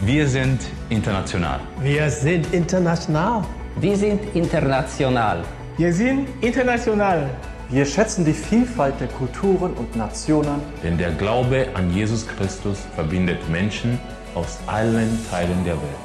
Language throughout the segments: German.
Wir sind international. Wir sind international. Wir sind international. Wir sind international. Wir schätzen die Vielfalt der Kulturen und Nationen. Denn der Glaube an Jesus Christus verbindet Menschen aus allen Teilen der Welt.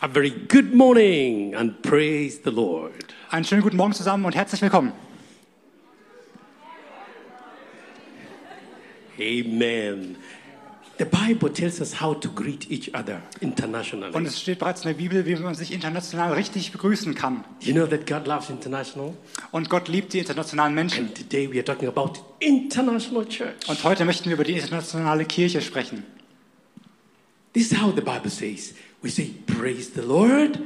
A very good morning and praise the Lord. Einen schönen guten Morgen zusammen und herzlich willkommen. Amen. The Bible tells us how to greet each other Und internationally. es steht bereits in der Bibel, wie man sich international richtig begrüßen kann. You know that God loves international? Und Gott liebt die internationalen Menschen. And today we are talking about international church. Und heute möchten wir über die internationale Kirche sprechen. This is how the Bible says. We say, praise the Lord.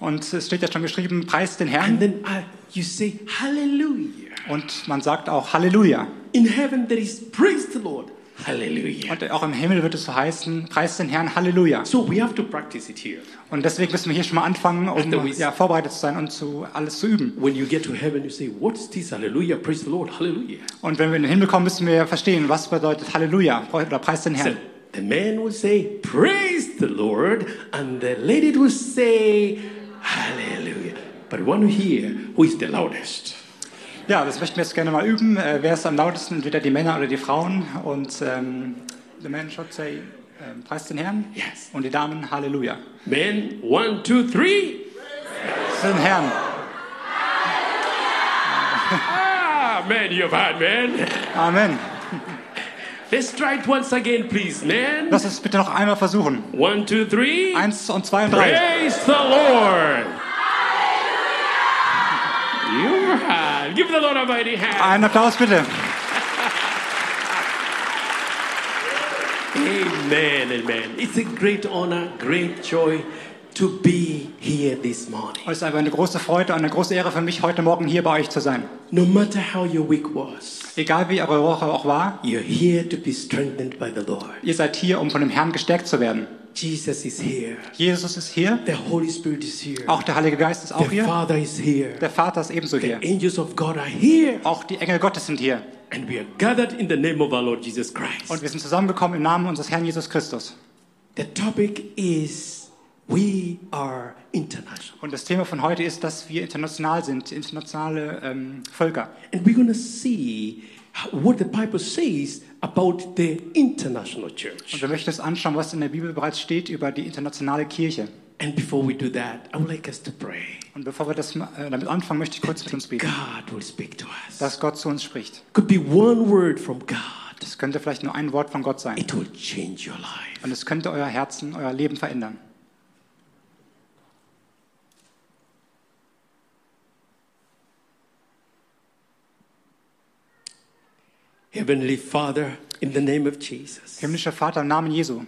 Und es steht ja schon geschrieben, preist den And Herrn. then uh, you say, hallelujah. Und man sagt auch Halleluja. In heaven there is praise the Lord. Hallelujah. Und auch im Himmel wird es so heißen, preist den Herrn Halleluja. So we have to practice it here. Und deswegen müssen wir hier schon mal anfangen, um ja, vorbereitet zu sein und zu, alles zu üben. When you get to heaven, you say, what's this? Hallelujah. Praise the Lord. Hallelujah. Und wenn wir in den Himmel kommen, müssen wir verstehen, was bedeutet Halleluja oder preist den So Herrn. the man will say, Praise the Lord, and the lady will say, Hallelujah. But one here, who is the loudest? Ja, das möchten wir jetzt gerne mal üben. Äh, wer ist am lautesten? Entweder die Männer oder die Frauen. Und ähm, the men should say, ähm, preist den Herrn. Yes. Und die Damen, Halleluja. Men, one, two, three. Preist den Herrn. Ah, man, you're bad, man. Amen. Let's try it once again, please, man. Lass es bitte noch einmal versuchen. One, two, three. Eins und zwei und drei. Praise the Lord. You're right. Give the Lord a mighty hand. Einen Applaus bitte. Amen, amen. It's a great honor, great joy to be here this morning. Es ist einfach eine große Freude und eine große Ehre für mich, heute Morgen hier bei euch zu sein. No matter how your week was, Egal wie eure Woche auch war, you're here to be strengthened by the Lord. ihr seid hier, um von dem Herrn gestärkt zu werden. Jesus is here. Jesus ist hier, The Holy Spirit is here. auch der Heilige Geist ist auch The hier, Father is here. der Vater ist ebenso hier. The angels of God are here. Auch die Engel Gottes sind hier. And we are gathered in the name of our Lord Jesus Und Christ. wir sind zusammengekommen im Namen unseres Herrn Jesus Christus. The topic is we are international. Und das Thema von heute ist, dass wir international sind, internationale ähm, Völker. And we're going to see what the Bible says about the international Und church. wir möchten uns anschauen, was in der Bibel bereits steht über die internationale Kirche. And before we do that, I would like us to pray. Und bevor wir das, äh, damit anfangen, möchte ich kurz mit uns beten, God will speak to us. dass Gott zu uns spricht. Could be one word from God. Das könnte vielleicht nur ein Wort von Gott sein. It will change your life. Und es könnte euer Herzen, euer Leben verändern. Heavenly Father, in the name of Jesus, Himmlischer Vater, im Namen Jesu,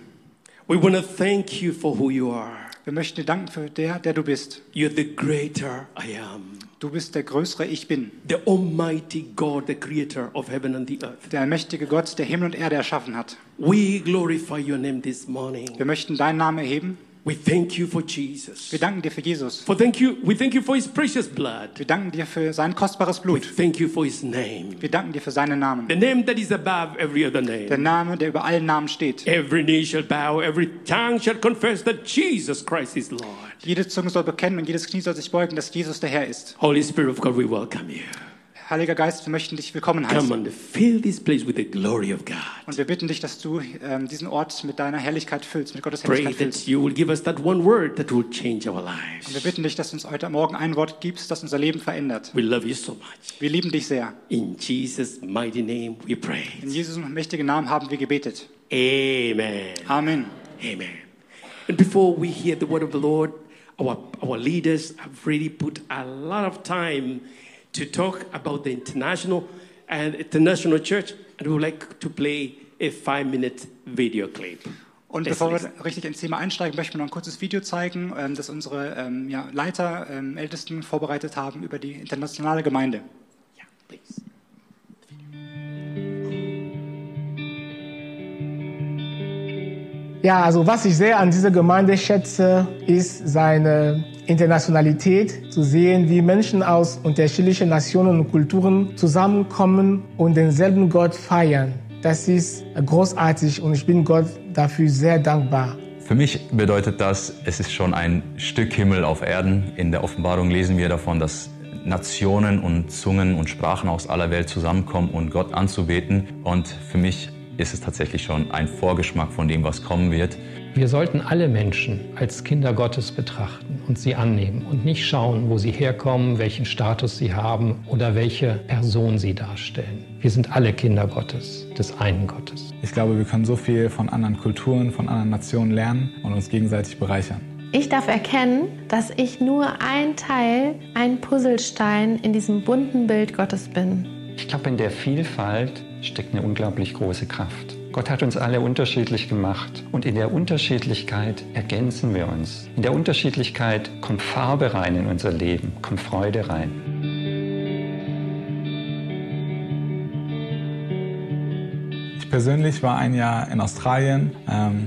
we want to thank you for who you are. wir möchten dir danken für der, der du bist. You're the greater I am, Du bist der größere Ich Bin, the almighty God, the creator of heaven and the earth. der allmächtige Gott, der Himmel und Erde erschaffen hat. We glorify your name this morning. Wir möchten deinen Namen erheben. We thank you for Jesus. Wir danken dir für Jesus. For thank you, we thank you for his precious blood. Wir danken dir für sein kostbares We Blut. thank you for his name. Wir danken dir für seinen Namen. The name that is above every other name. Der Name, der über allen Namen steht. Every knee shall bow, every tongue shall confess that Jesus Christ is Lord. Jede Zunge soll bekennen und jedes Knie soll sich beugen, dass Jesus der Herr ist. Holy Spirit of God, we welcome you. Heiliger Geist, wir möchten dich willkommen Come heißen. and fill this place with the glory of God. Und wir bitten dich, dass du ähm, diesen Ort mit deiner Herrlichkeit füllst, mit Gottes Pray Herrlichkeit füllst. that you will give us that one word that will change our Wir lives. bitten dich, dass du uns heute Morgen ein Wort gibst, das unser Leben verändert. We love you so much. Wir lieben dich sehr. In Jesus' mighty name we pray. In Jesus mächtigen Namen haben wir gebetet. Amen. Amen. Amen. And before we hear the word of the Lord, our, our leaders have really put a lot of time to talk about the international and international church, and we would like to play a five-minute video clip. Und bevor wir richtig ins Thema einsteigen, möchte ich noch ein kurzes Video zeigen, ähm, das unsere ähm, ja, Leiter, ähm, Ältesten vorbereitet haben über die internationale Gemeinde. Yeah, please. Ja, also was ich sehr an dieser Gemeinde schätze, ist seine Internationalität, zu sehen, wie Menschen aus unterschiedlichen Nationen und Kulturen zusammenkommen und denselben Gott feiern. Das ist großartig und ich bin Gott dafür sehr dankbar. Für mich bedeutet das, es ist schon ein Stück Himmel auf Erden. In der Offenbarung lesen wir davon, dass Nationen und Zungen und Sprachen aus aller Welt zusammenkommen, um Gott anzubeten. Und für mich ist es tatsächlich schon ein Vorgeschmack von dem, was kommen wird. Wir sollten alle Menschen als Kinder Gottes betrachten und sie annehmen und nicht schauen, wo sie herkommen, welchen Status sie haben oder welche Person sie darstellen. Wir sind alle Kinder Gottes, des einen Gottes. Ich glaube, wir können so viel von anderen Kulturen, von anderen Nationen lernen und uns gegenseitig bereichern. Ich darf erkennen, dass ich nur ein Teil, ein Puzzlestein in diesem bunten Bild Gottes bin. Ich glaube, in der Vielfalt steckt eine unglaublich große Kraft. Gott hat uns alle unterschiedlich gemacht und in der Unterschiedlichkeit ergänzen wir uns. In der Unterschiedlichkeit kommt Farbe rein in unser Leben, kommt Freude rein. Ich persönlich war ein Jahr in Australien.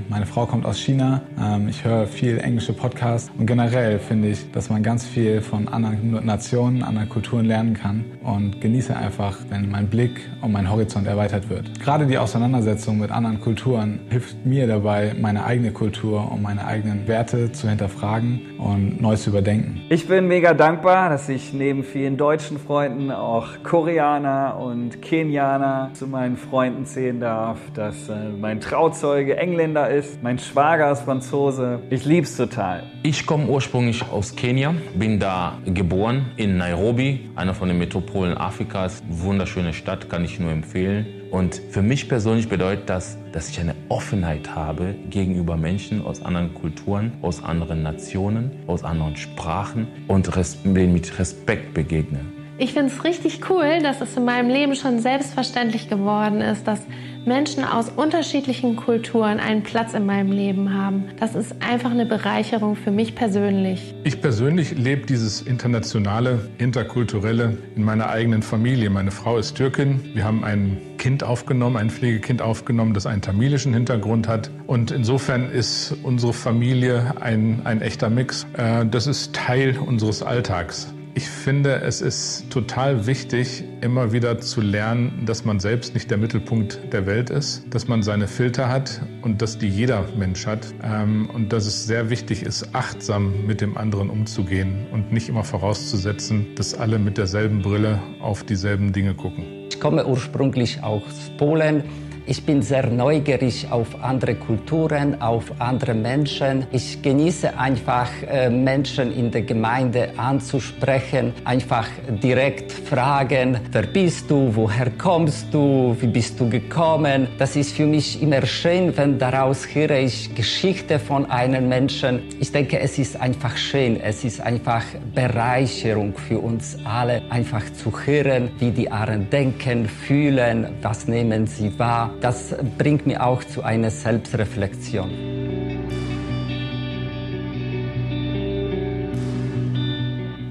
meine Frau kommt aus China. ich höre viel englische Podcasts und generell finde ich, dass man ganz viel von anderen Nationen, anderen Kulturen lernen kann und genieße einfach, wenn mein Blick und mein Horizont erweitert wird. Gerade die Auseinandersetzung mit anderen Kulturen hilft mir dabei, meine eigene Kultur und meine eigenen Werte zu hinterfragen und neu zu überdenken. Ich bin mega dankbar, dass ich neben vielen deutschen Freunden auch Koreaner und Kenianer zu meinen Freunden zählen darf dass äh, mein Trauzeuge Engländer ist, mein Schwager ist Franzose. Ich lieb's total. Ich komme ursprünglich aus Kenia, bin da geboren in Nairobi, einer von den Metropolen Afrikas. Wunderschöne Stadt, kann ich nur empfehlen. Und für mich persönlich bedeutet das, dass ich eine Offenheit habe gegenüber Menschen aus anderen Kulturen, aus anderen Nationen, aus anderen Sprachen und denen mit Respekt begegne. Ich finde es richtig cool, dass es in meinem Leben schon selbstverständlich geworden ist, dass Menschen aus unterschiedlichen Kulturen einen Platz in meinem Leben haben. Das ist einfach eine Bereicherung für mich persönlich. Ich persönlich lebe dieses internationale, interkulturelle in meiner eigenen Familie. Meine Frau ist Türkin. Wir haben ein Kind aufgenommen, ein Pflegekind aufgenommen, das einen tamilischen Hintergrund hat. Und insofern ist unsere Familie ein, ein echter Mix. Äh, Das ist Teil unseres Alltags. Ich finde, es ist total wichtig, immer wieder zu lernen, dass man selbst nicht der Mittelpunkt der Welt ist, dass man seine Filter hat und dass die jeder Mensch hat. ähm, Und dass es sehr wichtig ist, achtsam mit dem anderen umzugehen und nicht immer vorauszusetzen, dass alle mit derselben Brille auf dieselben Dinge gucken. Ich komme ursprünglich aus Polen. Ich bin sehr neugierig auf andere Kulturen, auf andere Menschen. Ich genieße einfach, äh, Menschen in der Gemeinde anzusprechen, einfach direkt fragen, wer bist du, woher kommst du, wie bist du gekommen. Das ist für mich immer schön, wenn daraus höre ich Geschichte von einem Menschen. Ich denke, es ist einfach schön, es ist einfach Bereicherung für uns alle, einfach zu hören, wie die anderen denken, fühlen, was nehmen sie wahr das bringt mir auch zu einer Selbstreflexion.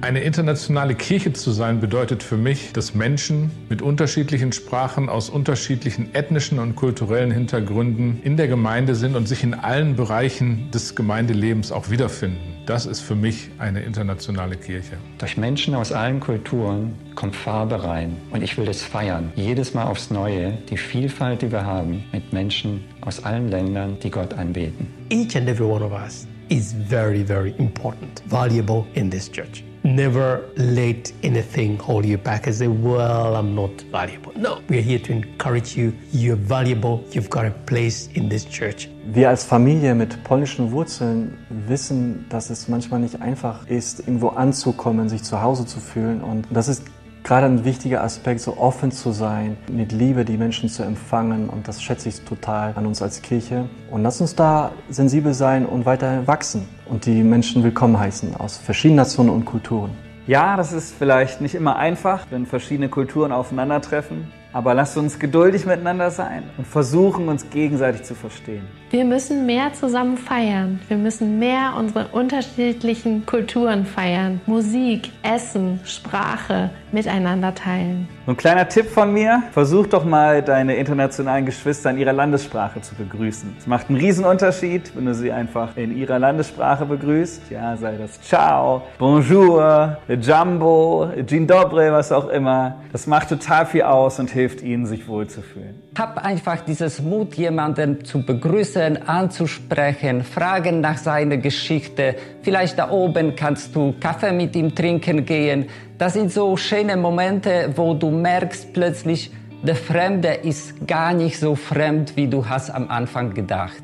Eine internationale Kirche zu sein bedeutet für mich, dass Menschen mit unterschiedlichen Sprachen aus unterschiedlichen ethnischen und kulturellen Hintergründen in der Gemeinde sind und sich in allen Bereichen des Gemeindelebens auch wiederfinden. Das ist für mich eine internationale Kirche. Durch Menschen aus allen Kulturen kommt Farbe rein und ich will das feiern. Jedes Mal aufs Neue, die Vielfalt, die wir haben mit Menschen aus allen Ländern, die Gott anbeten. Each and every one of us is very, very important, valuable in this church. Never let anything hold you back and say, well, I'm not valuable. No, we're here to encourage you. You're valuable. You've got a place in this church. Wir als Familie mit polnischen Wurzeln wissen, dass es manchmal nicht einfach ist, irgendwo anzukommen, sich zu Hause zu fühlen. Und das ist gerade ein wichtiger Aspekt, so offen zu sein, mit Liebe die Menschen zu empfangen. Und das schätze ich total an uns als Kirche. Und lass uns da sensibel sein und weiter wachsen und die Menschen willkommen heißen aus verschiedenen Nationen und Kulturen. Ja, das ist vielleicht nicht immer einfach, wenn verschiedene Kulturen aufeinandertreffen. Aber lasst uns geduldig miteinander sein und versuchen, uns gegenseitig zu verstehen. Wir müssen mehr zusammen feiern. Wir müssen mehr unsere unterschiedlichen Kulturen feiern. Musik, Essen, Sprache miteinander teilen. So ein kleiner Tipp von mir, versuch doch mal deine internationalen Geschwister in ihrer Landessprache zu begrüßen. Es macht einen Riesenunterschied, wenn du sie einfach in ihrer Landessprache begrüßt. Ja, sei das Ciao, Bonjour, Jumbo, Dzień Dobre, was auch immer. Das macht total viel aus und hilft ihnen, sich wohlzufühlen. Hab einfach dieses Mut, jemanden zu begrüßen, anzusprechen, fragen nach seiner Geschichte. Vielleicht da oben kannst du Kaffee mit ihm trinken gehen. Das sind so schöne Momente, wo du merkst plötzlich, der Fremde ist gar nicht so fremd, wie du hast am Anfang gedacht.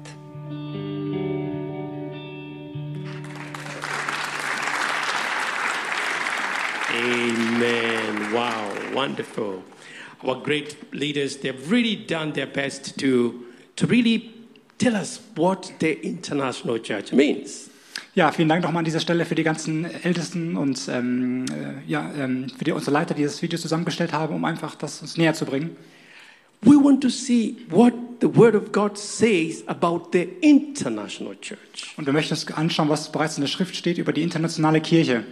Amen. Wow, wonderful. Our great leaders, they've really done their best to, to really tell us what the international church means. Ja, vielen Dank nochmal an dieser Stelle für die ganzen Ältesten und ähm, äh, ja, ähm, für die, unsere Leiter, die das Video zusammengestellt haben, um einfach das uns näher zu bringen. We want to see what the Word of God says about the international church. Und wir möchten uns anschauen, was bereits in der Schrift steht über die internationale Kirche.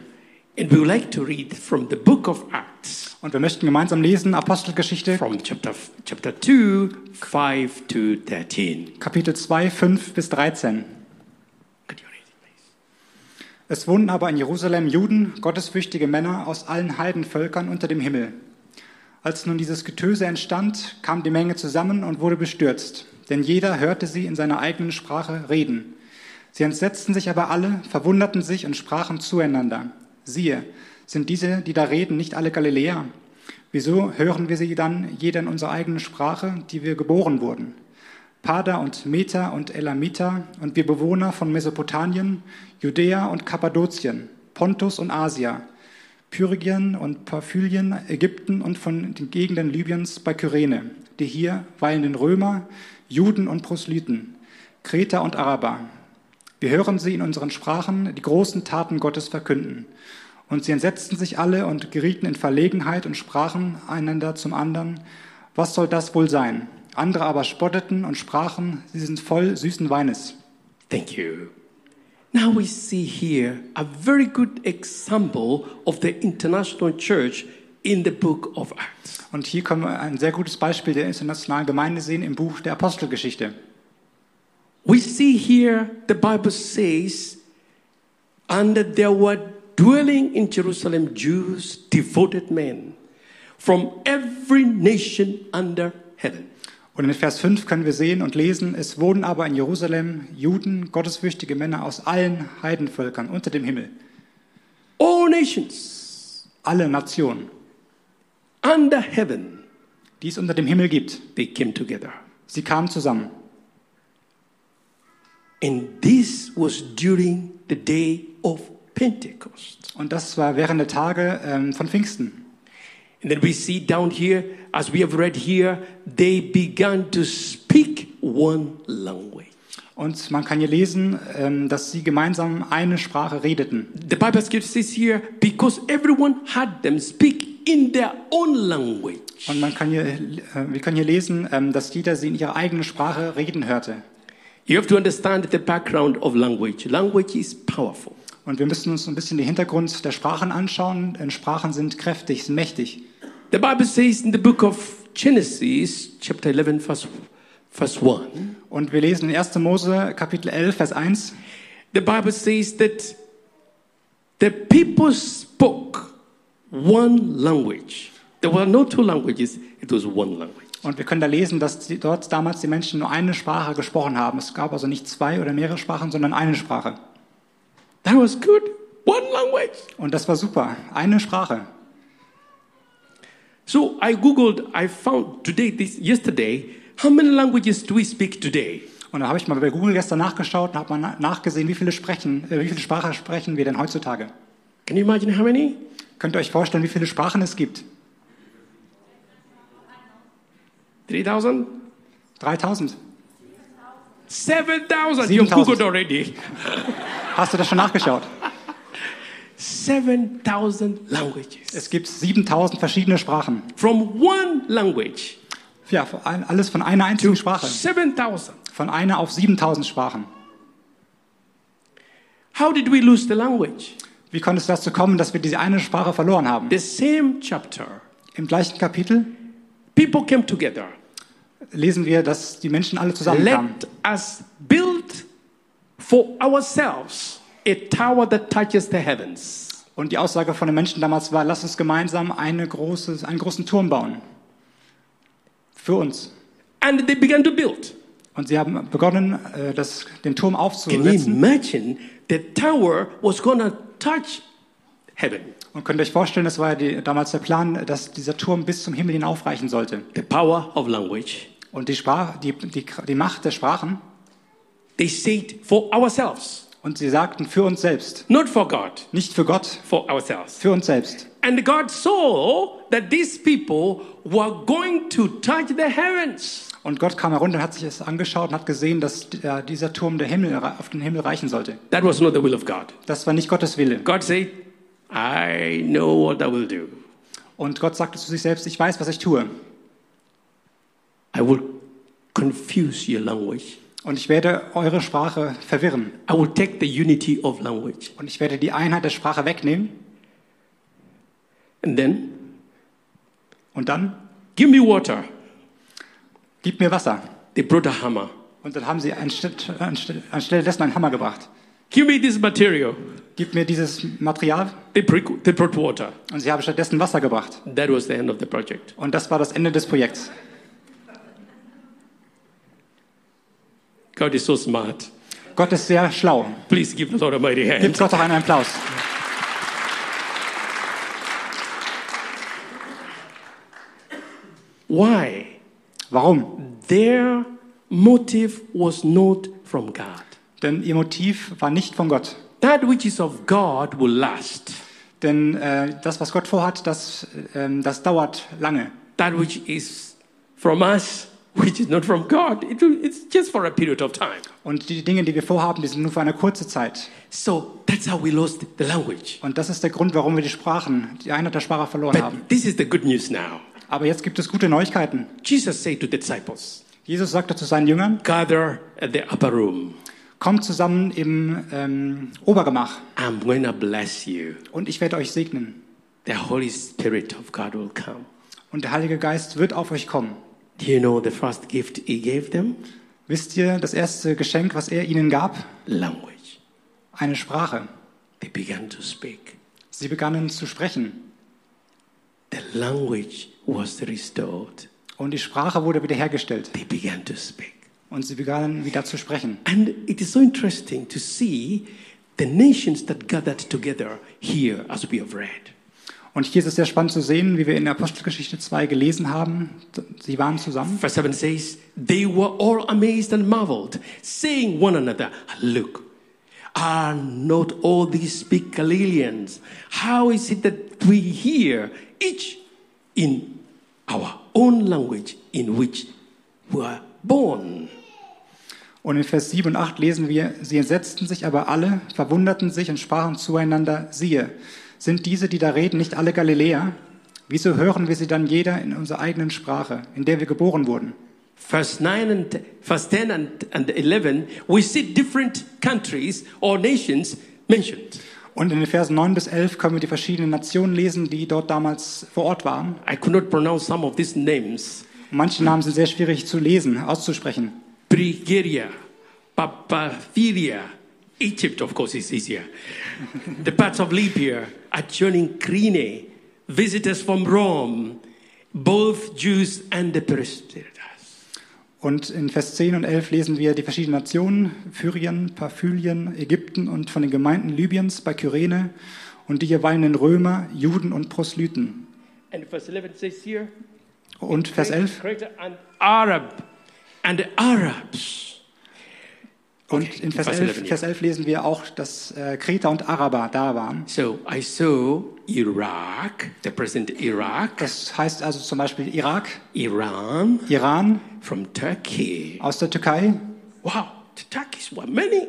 And we would like to read from the book of Acts. Und wir möchten gemeinsam lesen Apostelgeschichte from chapter, chapter 2, 5 to 13. Kapitel 2, 5 bis 13. Es wohnten aber in Jerusalem Juden, gottesfürchtige Männer aus allen Heidenvölkern unter dem Himmel. Als nun dieses Getöse entstand, kam die Menge zusammen und wurde bestürzt, denn jeder hörte sie in seiner eigenen Sprache reden. Sie entsetzten sich aber alle, verwunderten sich und sprachen zueinander. Siehe, sind diese, die da reden, nicht alle Galiläer? Wieso hören wir sie dann jeder in unserer eigenen Sprache, die wir geboren wurden? Pada und Meta und Elamita und wir Bewohner von Mesopotamien, Judäa und Kappadokien, Pontus und Asia, Pyrgien und Parphylien, Ägypten und von den Gegenden Libyens bei Kyrene, die hier weilenden Römer, Juden und Proselyten, Kreta und Araber. Wir hören sie in unseren Sprachen die großen Taten Gottes verkünden. Und sie entsetzten sich alle und gerieten in Verlegenheit und sprachen einander zum anderen, was soll das wohl sein? Andere aber spotteten und sprachen, sie sind voll süßen Weines. Thank you. Now we see here a very good example of the international church in the book of Acts. Und hier können wir ein sehr gutes Beispiel der internationalen Gemeinde sehen im Buch der Apostelgeschichte. We see here the Bible says, and there were dwelling in Jerusalem Jews, devoted men from every nation under heaven. Und in Vers 5 können wir sehen und lesen, es wohnen aber in Jerusalem Juden, gottesfürchtige Männer aus allen Heidenvölkern unter dem Himmel. All nations. Alle Nationen. Under heaven. Die es unter dem Himmel gibt. They came together. Sie kamen zusammen. And this was during the day of Pentecost. Und das war während der Tage ähm, von Pfingsten. And then we see down here, as we have read here, they began to speak one language. Und man kann hier lesen, ähm, dass sie gemeinsam eine Sprache redeten. The Bible says here, because everyone had them speak in their own language. Und man kann hier, äh, wir können hier lesen, ähm, dass jeder sie in ihrer eigenen Sprache reden hörte. You have to understand the background of language. Language is powerful. Und wir müssen uns ein bisschen den Hintergrund der Sprachen anschauen. Denn Sprachen sind kräftig, sind mächtig. The Bible says in the book of Genesis, chapter 11, verse, verse 1. Und wir lesen in 1. Mose, Kapitel 11, Vers 1. The Bible says that the people spoke one language. There were no two languages, it was one language. Und wir können da lesen, dass die, dort damals die Menschen nur eine Sprache gesprochen haben. Es gab also nicht zwei oder mehrere Sprachen, sondern eine Sprache. That was good. One language. Und das war super. Eine Sprache. So I googled, I found today, this, yesterday, how many languages do we speak today? Und da habe ich mal bei Google gestern nachgeschaut und habe mal nachgesehen, wie viele sprechen, äh, wie viele Sprachen sprechen wir denn heutzutage? Can you imagine how many? Könnt ihr euch vorstellen, wie viele Sprachen es gibt? 3000? 3000. 7000. You've googled already. Hast du das schon nachgeschaut? 7000 languages. Es gibt 7000 verschiedene Sprachen. From one language. Ja, von ein- alles von einer einzigen Sprache. 7,000. Von einer auf 7000 Sprachen. How did we lose the language? Wie konnte es dazu kommen, dass wir diese eine Sprache verloren haben? The same chapter. Im gleichen Kapitel People came together. lesen wir, dass die Menschen alle zusammenkamen. Let us build for ourselves a tower that touches the heavens. Und die Aussage von den Menschen damals war, lass uns gemeinsam eine große, einen großen Turm bauen. Für uns. And they began to build. Und sie haben begonnen, äh, das, den Turm Can you aufzusetzen. imagine the tower was going to touch heaven? Und könnt ihr euch vorstellen, das war ja die, damals der Plan, dass dieser Turm bis zum Himmel hinaufreichen sollte. The power of language. Und die, Sprache, die, die, die Macht der Sprachen. They said for ourselves, Und sie sagten, für uns selbst. not for God, Nicht für Gott, for ourselves. für uns selbst. And God saw that these people were going to touch the heavens. Und Gott kam herunter und hat sich das angeschaut und hat gesehen, dass äh, dieser Turm der Himmel re- auf den Himmel reichen sollte. That was not the will of God. Das war nicht Gottes Wille. God said, I know what I will do. Und Gott sagte zu sich selbst, ich weiß, was ich tue. I will confuse your language. Und ich werde eure Sprache verwirren. I will take the unity of language. Und ich werde die Einheit der Sprache wegnehmen. And then, Und dann, give me water. gib mir Wasser. They brought a hammer. Und dann haben sie anstatt, anstatt, anstelle dessen einen Hammer gebracht. Give me this material. Gib mir dieses Material. They, pre- they brought water. Und sie haben stattdessen Wasser gebracht. That was the end of the project. Und das war das Ende des Projekts. God is so smart. Gott ist sehr schlau. Please give the Lord a mighty hand. Gebt Gott doch einen Applaus. Why? Warum? Their motive was not from God. Denn ihr Motiv war nicht von Gott. That which is of God will last. Denn äh, das, was Gott vorhat, das, ähm, das dauert lange. That which is from us, which is not from God, it, will- it's just for a period of time. Und die Dinge, die wir vorhaben, die sind nur für eine kurze Zeit. So that's how we lost the language. Und das ist der Grund, warum wir die Sprachen, die Einheit der Sprache verloren haben. But this is the good news now. Aber jetzt gibt es gute Neuigkeiten. Jesus said to the disciples, Jesus sagte zu seinen Jüngern, Gather at the upper room. kommt zusammen im ähm, Obergemach I'm going to bless you. und ich werde euch segnen. The Holy Spirit of God will come. Und der Heilige Geist wird auf euch kommen. Do you know the first gift he gave them? Wisst ihr, das erste Geschenk, was er ihnen gab? Language. Eine Sprache. They began to speak. Sie begannen zu sprechen The language was restored. und die Sprache wurde wiederhergestellt. They began to speak. Und sie begannen wieder zu sprechen. And it is so interesting to see the nations that gathered together here as we have read. Und hier ist es sehr spannend zu sehen, wie wir in der Apostelgeschichte 2 gelesen haben. Sie waren zusammen. Verse 7 says, They were all amazed and marveled, saying one another, Look, are not all these big Galileans? How is it that we hear each in our own language in which we are born? Und in Vers 7 und 8 lesen wir, sie entsetzten sich aber alle, verwunderten sich und sprachen zueinander, siehe, sind diese, die da reden, nicht alle Galiläer? Wieso hören wir sie dann jeder in unserer eigenen Sprache, in der wir geboren wurden? Verse 9 and verse 10 and, and 11, we see different countries or nations mentioned. Und in den Versen 9 bis 11 können wir die verschiedenen Nationen lesen, die dort damals vor Ort waren. I could not pronounce some of these names Und manche Namen sind sehr schwierig zu lesen, auszusprechen. Brigeria, Papathyria, Egypt, of course, is easier. the parts of Libya adjoining Crene, visitors from Rome, both Jews and the Peristiridas. Und in Vers 10 und 11 lesen wir die verschiedenen Nationen, Phyrien, Parphylien, Ägypten und von den Gemeinden Libyens bei Kyrene und die jeweiligen Römer, Juden und Proselyten. And verse 11 says here, Und Vers 11, Crete and Arab, and the Arabs. und in Vers Vers 11, 11, Vers 11 lesen wir auch, dass äh, Kreta und Araber da waren. So I saw Iraq, the present Iraq, Das heißt also zum Beispiel Irak, Iran, Iran, from Turkey. aus der Türkei. Wow, the Turkish were many.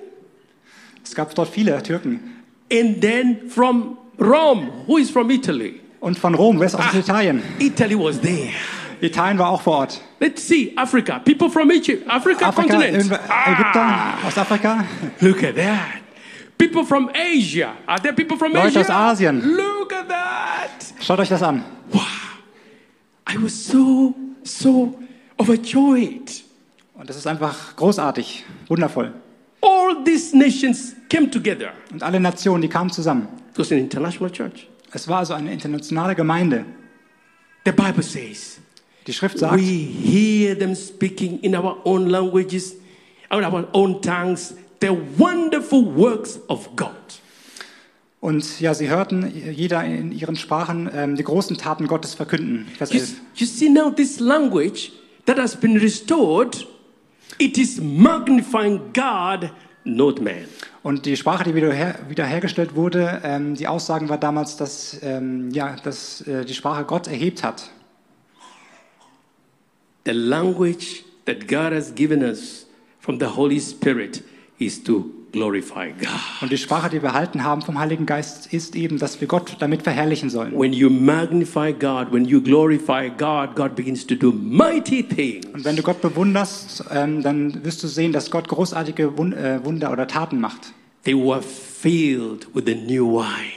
Es gab dort viele Türken. And then from Rome, who is from Italy? Und von Rom, wer ist aus Italien? Italy was there. Italien war auch vor Ort. Let's see, Africa. People from Egypt, Africa, Afrika, continent. Ah, Ägypter, aus Afrika. Look at that. People from Asia. Are there people from Leute Asia? aus Asien. Look at that. Schaut euch das an. I was so, so overjoyed. Und das ist einfach großartig, wundervoll. All these nations came together. Und alle Nationen, die kamen zusammen. It was an international church. Es war also eine internationale Gemeinde. The Bible says, Die Schrift sagt, we hear them speaking in our own languages, in our own tongues, the wonderful works of God. und ja, sie hörten jeder in ihren Sprachen ähm, die großen Taten Gottes verkünden. Vers You, 11. you see now this language that has been restored, it is magnifying God, not man. Und die Sprache, die wiederher, wiederhergestellt wurde, ähm, die Aussagen war damals, dass, ähm, ja, dass äh, die Sprache Gott erhebt hat. The language that God has given us from the Holy Spirit is to glorify God. Und die Sprache, die wir erhalten haben vom Heiligen Geist, ist eben, dass wir Gott damit verherrlichen sollen. When you magnify God, when you glorify God, God begins to do mighty things. Und wenn du Gott bewunderst, ähm, dann wirst du sehen, dass Gott großartige Wun äh, Wunder oder Taten macht. They were filled with the new wine.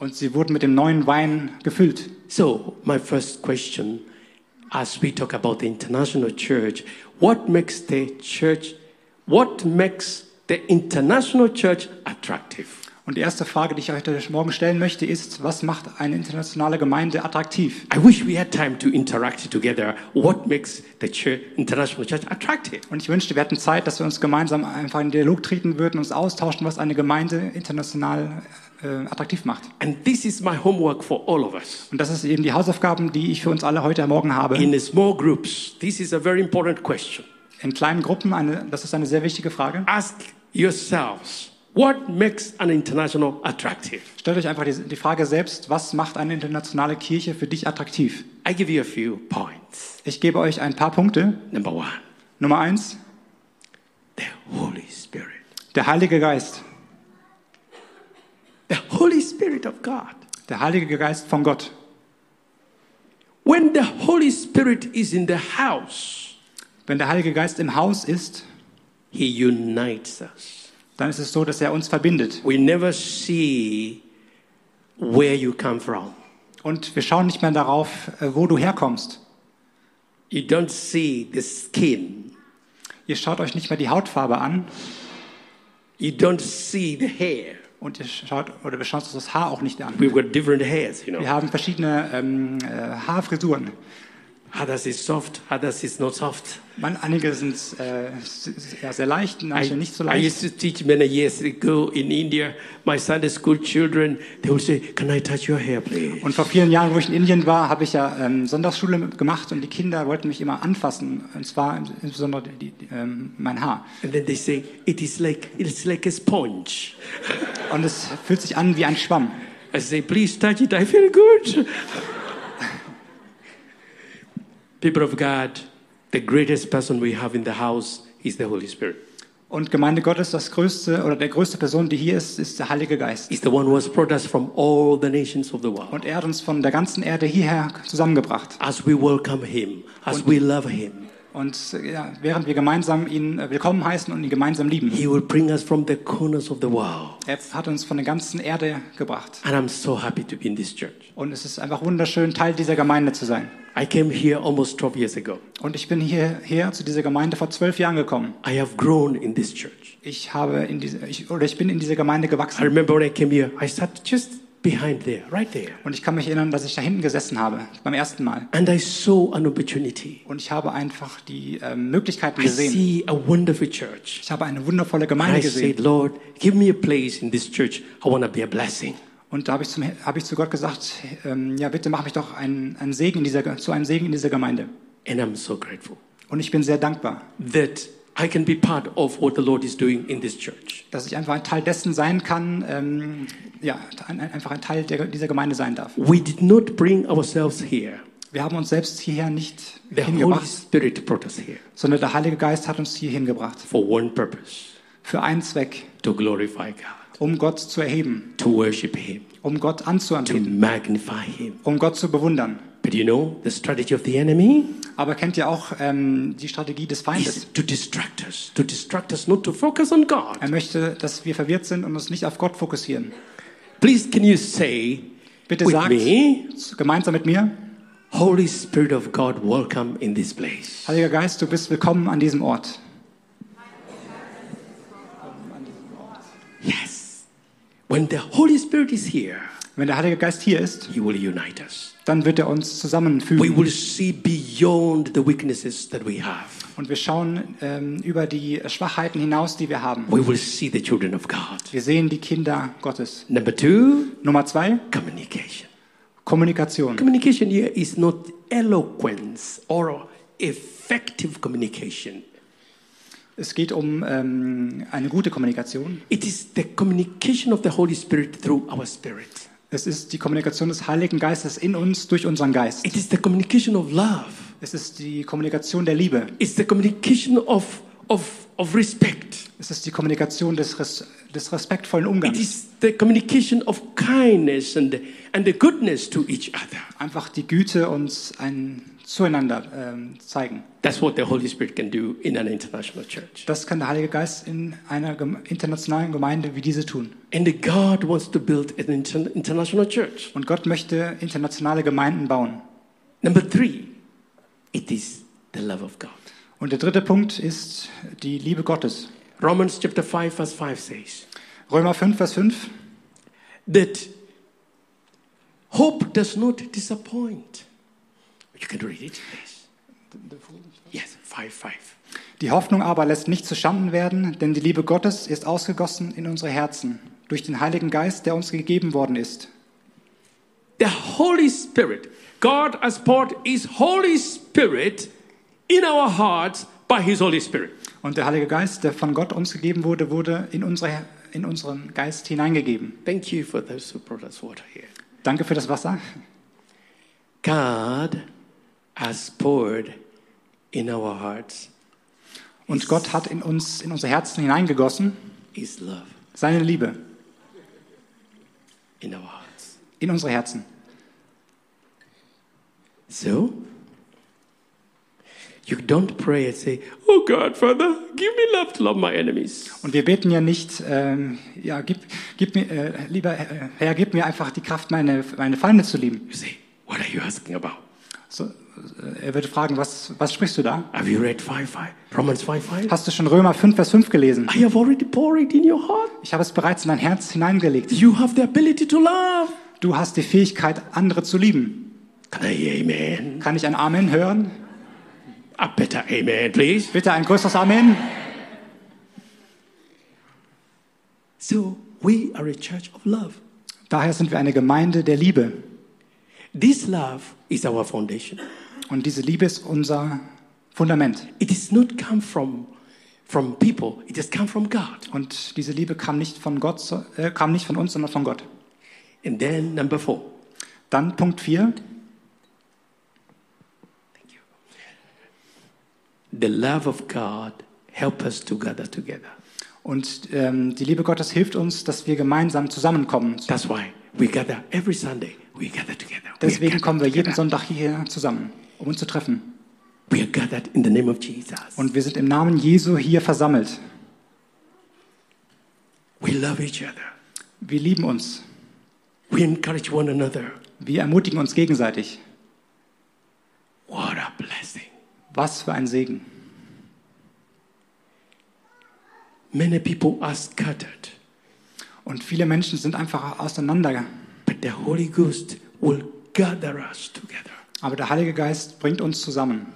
Und sie wurden mit dem neuen Wein gefüllt. So, my first question as we talk about the international church, what makes the church, what makes the international church attractive? Und die erste Frage, die ich euch heute Morgen stellen möchte, ist, was macht eine internationale Gemeinde attraktiv? I wish we had time to interact together. What makes the church, international church attractive? Und ich wünschte, wir hätten Zeit, dass wir uns gemeinsam einfach in Dialog treten würden, uns austauschen, was eine Gemeinde international äh, attraktiv macht. And this is my homework for all of us. Und das ist eben die Hausaufgaben, die ich für uns alle heute Morgen habe. In small groups, this is a very important question. In kleinen Gruppen, eine, das ist eine sehr wichtige Frage. Ask yourselves, what makes an international attractive? Stellt euch einfach die, die Frage selbst, was macht eine internationale Kirche für dich attraktiv? I give you a few points. Ich gebe euch ein paar Punkte. Number one, Nummer eins, Holy Spirit. der Heilige Geist. The Holy Spirit of God. Der Heilige Geist von Gott. When the Holy Spirit is in the house, Wenn der Heilige Geist im Haus ist, He unites us. dann ist es so, dass er uns verbindet. We never see where you come from. Und wir schauen nicht mehr darauf, äh, wo du herkommst. You don't see the skin. Ihr schaut euch nicht mehr die Hautfarbe an You don't see the hair. und ihr schaut oder wir schauen uns das Haar auch nicht an. We've got different hairs, you Wir know. haben verschiedene ähm, äh, Haarfrisuren. Others is soft, others is not soft. Man, einige sind äh, s- s- ja, sehr leicht, manche I, nicht so I used leicht. to teach many years ago in India. My Sunday school children, they would say, "Can I touch your hair, please?" Und vor vielen Jahren, wo ich in Indien war, habe ich ja ähm, Sonntagsschule gemacht und die Kinder wollten mich immer anfassen. Und zwar insbesondere die, die, ähm, mein Haar. And then they say, "It is like it's like a sponge." Und es fühlt sich an wie ein Schwamm. I say, please touch it. I feel good. People of God, the greatest person we have in the house is the Holy Spirit. Und Gemeinde Gottes, das größte oder der größte Person, die hier ist, ist der Heilige Geist. He's the one who has brought us from all the nations of the world. Und er hat uns von der ganzen Erde hierher zusammengebracht. As we welcome Him, as we love Him, Und äh, ja, während wir gemeinsam ihn äh, willkommen heißen und ihn gemeinsam lieben, He will bring us from the corners of the world. er hat uns von der ganzen Erde gebracht. And I'm so happy to be in this church. Und es ist einfach wunderschön, Teil dieser Gemeinde zu sein. I came here almost 12 years ago. Und ich bin hierher zu dieser Gemeinde vor zwölf Jahren gekommen. I have grown in this church. Ich habe in diese, ich, oder ich bin in diese Gemeinde I gewachsen. remember when I came here, I sat just behind there, right there. Und ich kann mich erinnern, dass ich da hinten gesessen habe beim ersten Mal. And I saw an opportunity. Und ich habe einfach die ähm, Möglichkeiten I gesehen. see a wonderful church. Ich habe eine wundervolle And I Gemeinde said, gesehen. Lord, give me a place in this church. I want to be a blessing. Und da habe ich, zum, habe ich zu Gott gesagt, ähm, ja bitte mach mich doch einen, einen Segen in dieser, zu einem Segen in dieser Gemeinde. And I'm so grateful Und ich bin sehr dankbar. that I can be part of what the Lord is doing in this church. dass ich einfach ein Teil dessen sein kann, ähm, ja, ein, ein- einfach ein Teil der, dieser Gemeinde sein darf. We did not bring ourselves here. Wir haben uns selbst hierher nicht The Holy hingebracht, Spirit brought us here sondern der Heilige Geist hat uns hier hingebracht. for one purpose, Für einen Zweck, to glorify God, um Gott zu erheben, to worship Him, um Gott to anzuanbeten, magnify Him, um Gott zu bewundern, But you know the strategy of the enemy? Aber kennt ihr auch ähm, die Strategie des Feindes? To distract us, to distract us, not to focus on God. Er möchte, dass wir verwirrt sind und uns nicht auf Gott fokussieren. Please, can you say Bitte with sagt me, gemeinsam mit mir, Holy Spirit of God, welcome in this place. Heiliger Geist, du bist willkommen an diesem Ort. Yes. When the Holy Spirit is here, Wenn der Heilige Geist hier ist, He will unite us. dann wird er uns We will zusammenfügen see beyond the weaknesses that we have. und wir schauen ähm, über die Schwachheiten hinaus, die wir haben. We will see the children of God. Wir sehen die Kinder Gottes. Number two, Nummer zwei, communication. Kommunikation. Communication here is not eloquence or effective communication. Es geht um ähm, eine gute Kommunikation. It is the communication of the Holy Spirit through our spirit. Es ist die Kommunikation des Heiligen Geistes in uns durch unseren Geist. It is the communication of love. Es ist die Kommunikation der Liebe. It's the communication of, of, of respect. Es ist die Kommunikation des, Res des respektvollen It Umgangs. is the communication of kindness and, and the goodness to each other. Einfach die Güte uns ein Zueinander ähm, zeigen. That's what the Holy Spirit can do in an international church. Das kann der Heilige Geist in einer gem internationalen Gemeinde wie diese tun. And God wants to build an inter- international church. Und Gott möchte internationale Gemeinden bauen. Number three, it is the love of God. Und der dritte Punkt ist die Liebe Gottes. Romans chapter 5, verse 5 says Römer 5, Vers 5. that hope does not disappoint. You can read it, please. Yes, 5 5. Die Hoffnung aber lässt nicht zu Schanden werden, denn die Liebe Gottes ist ausgegossen in unsere Herzen durch den Heiligen Geist, der uns gegeben worden ist. The Holy Spirit, God has poured His Holy Spirit in our hearts by His Holy Spirit. Und der Heilige Geist, der von Gott uns gegeben wurde, wurde in, unsere, in unseren Geist hineingegeben. Thank you for those who brought us water here. Danke für das Wasser. God has poured in our hearts Und Gott hat in uns, in unsere Herzen hineingegossen, His love, seine Liebe in our hearts. in unsere Herzen. So, you don't pray and say, Oh God, Father, give me love to love my enemies. Und wir beten ja nicht, ähm, ja, gib, gib mir, äh, lieber äh, Herr, gib mir einfach die Kraft, meine, meine Feinde zu lieben. You say, What are you asking about? So, äh, er wird fragen, was, was sprichst du da? Have you read 5 5? Romans 5 5? Hast du schon Römer 5, Vers 5 gelesen? I have already poured it in your heart. Ich habe es bereits in dein Herz hineingelegt. You have the ability to love. Du hast die Fähigkeit, andere zu lieben. Can I hear amen? Kann ich ein Amen hören? A better amen, please. Bitte ein größeres Amen. So, we are a church of love. Daher sind wir eine Gemeinde der Liebe. This love is our foundation. Und diese Liebe ist unser Fundament. It does not come from, from people, it has come from God. Und diese Liebe kam nicht von Gott, so- äh, kam nicht von uns, sondern von Gott. And then, number four, Dann Punkt 4, the love of God help us to gather together. Und ähm, die Liebe Gottes hilft uns, dass wir gemeinsam zusammenkommen. That's why we gather every Sunday, we gather together. We are Deswegen gathered kommen wir jeden together. Sonntag hierher zusammen, um uns zu treffen. We are gathered in the name of Jesus. Und wir sind im Namen Jesu hier versammelt. We love each other. Wir lieben uns. We encourage one another. Wir ermutigen uns gegenseitig. What a blessing. Was für ein Segen. Many people are scattered, Und viele Menschen sind einfach auseinander. but the Holy Ghost will gather us together. Aber der Heilige Geist bringt uns zusammen.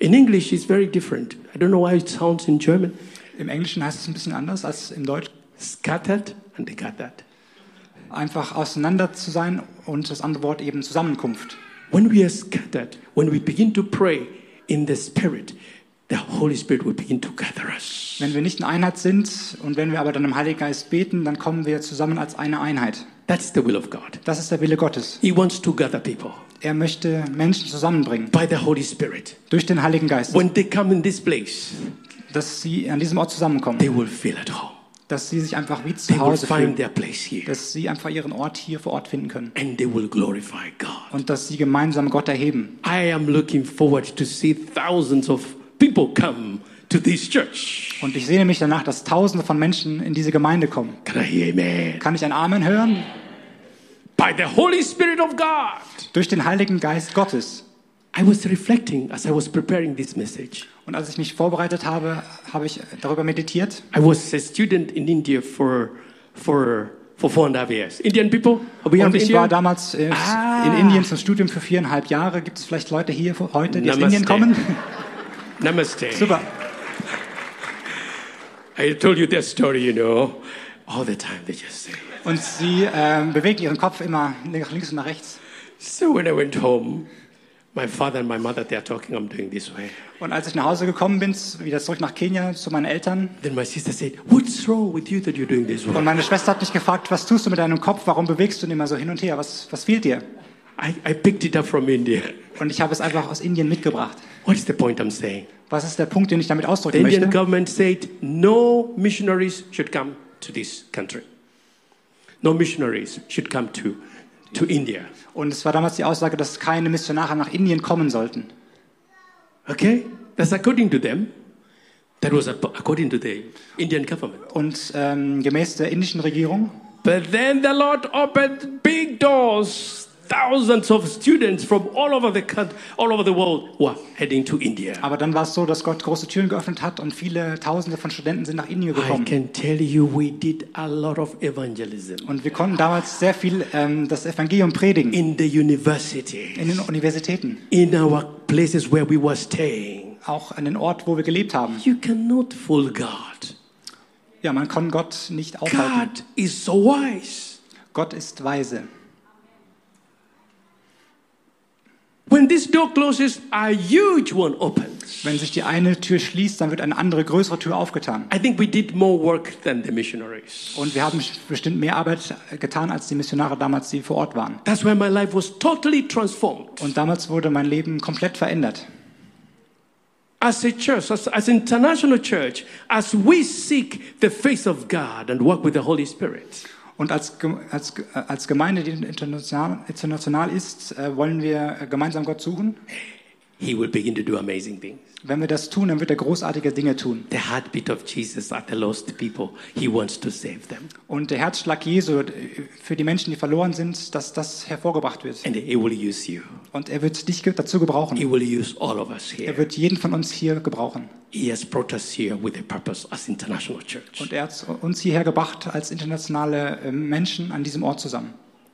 In English, it's very different. I don't know why it sounds in German. Im Englischen heißt es ein bisschen anders als im Deutschen. Scattered and gathered. Einfach auseinander zu sein und das andere Wort eben Zusammenkunft. When we are scattered, when we begin to pray in the Spirit, the Holy Spirit will begin to gather us. Wenn wir nicht in Einheit sind und wenn wir aber dann im Heiligen Geist beten, dann kommen wir zusammen als eine Einheit. That's the will of God. Das ist der Wille Gottes. He wants to gather people Er möchte Menschen zusammenbringen by the Holy Spirit. durch den Heiligen Geist, When they come in this place, dass sie an diesem Ort zusammenkommen. they will feel at home. dass sie sich einfach wie zu They will Hause find fühlen, their place here. dass sie einfach ihren Ort hier vor Ort finden können and they will glorify God. und dass sie gemeinsam Gott erheben. I am looking forward to see thousands of people come to this church. Und ich sehne mich danach, dass Tausende von Menschen in diese Gemeinde kommen. Can I hear amen? Kann ich ein Amen hören? By the Holy Spirit of God. Durch den Heiligen Geist Gottes. I was reflecting as I was preparing this message. Und als ich mich vorbereitet habe, habe ich darüber meditiert. I was a student in India for for for four and a half years. Indian people, are we Und from ich India? war damals äh, in Indien zum Studium für viereinhalb Jahre. Gibt es vielleicht Leute hier vor- heute, die aus Namaste. Indien kommen? Namaste. Super. I told you that story, you know. All the time they just say. Und sie ähm, bewegen ihren Kopf immer nach links und nach rechts. So when I went home, my father and my mother they are talking. I'm doing this way. Und als ich nach Hause gekommen bin, wieder zurück nach Kenia zu meinen Eltern. Then my sister said, "What's wrong with you that you're doing this Und way?" meine Schwester hat mich gefragt, was tust du mit deinem Kopf? Warum bewegst du ihn immer so hin und her? Was, was fehlt dir? I, I picked it up from India. Und ich habe es einfach aus Indien mitgebracht. What is the point I'm saying? Was ist der Punkt, den ich damit The ausdrücken Indian möchte? government said no missionaries should come to this country. No missionaries should come to, to India. Und es war damals die Aussage, dass keine Missionare nach Indien kommen sollten. Okay? That's according to them. That was ap- according to the Indian government. Und ähm, gemäß der indischen Regierung But then the Lord opened big doors. Thousands of students from all over the country, all over the world were heading to India. Aber dann war es so, dass Gott große Türen geöffnet hat und viele Tausende von Studenten sind nach Indien I gekommen. can tell you we did a lot of evangelism Und wir konnten damals sehr viel ähm, das Evangelium predigen in the university, in den Universitäten, in our places where we were staying. auch an den Ort, wo wir gelebt haben. You cannot fool God. Ja, man kann Gott nicht aufhalten. God is so wise. Gott ist weise. When this door closes, a huge one opens. Wenn sich die eine Tür schließt, dann wird eine andere größere Tür aufgetan. I think we did more work than the missionaries. Und wir haben bestimmt mehr Arbeit getan als die Missionare damals, die vor Ort waren. That's why my life was totally transformed. Und damals wurde mein Leben komplett verändert. As a church, as, as international church, as we seek the face of God and work with the Holy Spirit, Und als, Ge- als, Ge- äh, als Gemeinde, die international, international ist, äh, wollen wir gemeinsam Gott suchen. He will begin to do amazing things. Wenn wir das tun, dann wird er großartige Dinge tun. The heartbeat of Jesus are the lost people. He wants to save them. Und der Herzschlag Jesu äh, für die Menschen, die verloren sind, dass das hervorgebracht wird. And He will use you. Und er wird dich ge- dazu He gebrauchen. will use all of us Er here. wird jeden von uns hier gebrauchen. He has brought us here with a purpose as international church. Und er hat uns hierher gebracht als internationale äh, Menschen an diesem Ort zusammen.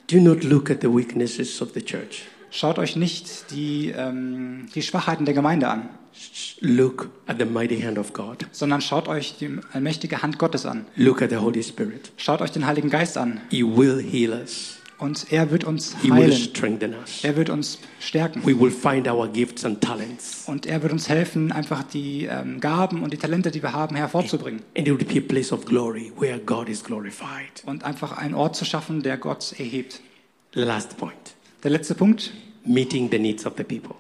Do not look at the weaknesses of the church. Schaut euch nicht die, ähm, die Schwachheiten der Gemeinde an, Look at the mighty hand of God. sondern schaut euch die allmächtige Hand Gottes an. Look at the Holy Spirit. Schaut euch den Heiligen Geist an. He will heal us. Und er wird uns He will heilen. strengthen us. Er wird uns stärken. We will find our gifts and talents. Und er wird uns helfen, einfach die ähm, Gaben und die Talente, die wir haben, hervorzubringen. And it will be a place of glory where God is glorified. Und einfach einen Ort zu schaffen, der Gott erhebt. Last point Der letzte Punkt, meeting the needs of the people.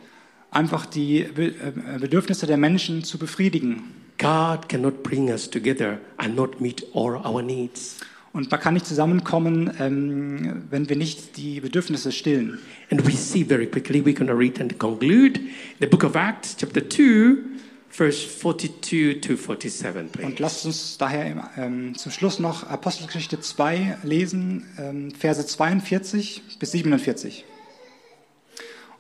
einfach die Be äh, Bedürfnisse der Menschen zu befriedigen. God cannot bring us together and not meet all our needs. Und man kann nicht zusammenkommen, ähm, wenn wir nicht die Bedürfnisse stillen. And we see very quickly, we're going to read and conclude the book of Acts, chapter 2, verse 42 to 47, please. Und lasst uns daher im, ähm, zum Schluss noch Apostelgeschichte 2 lesen, ähm, Verse 42 bis 47.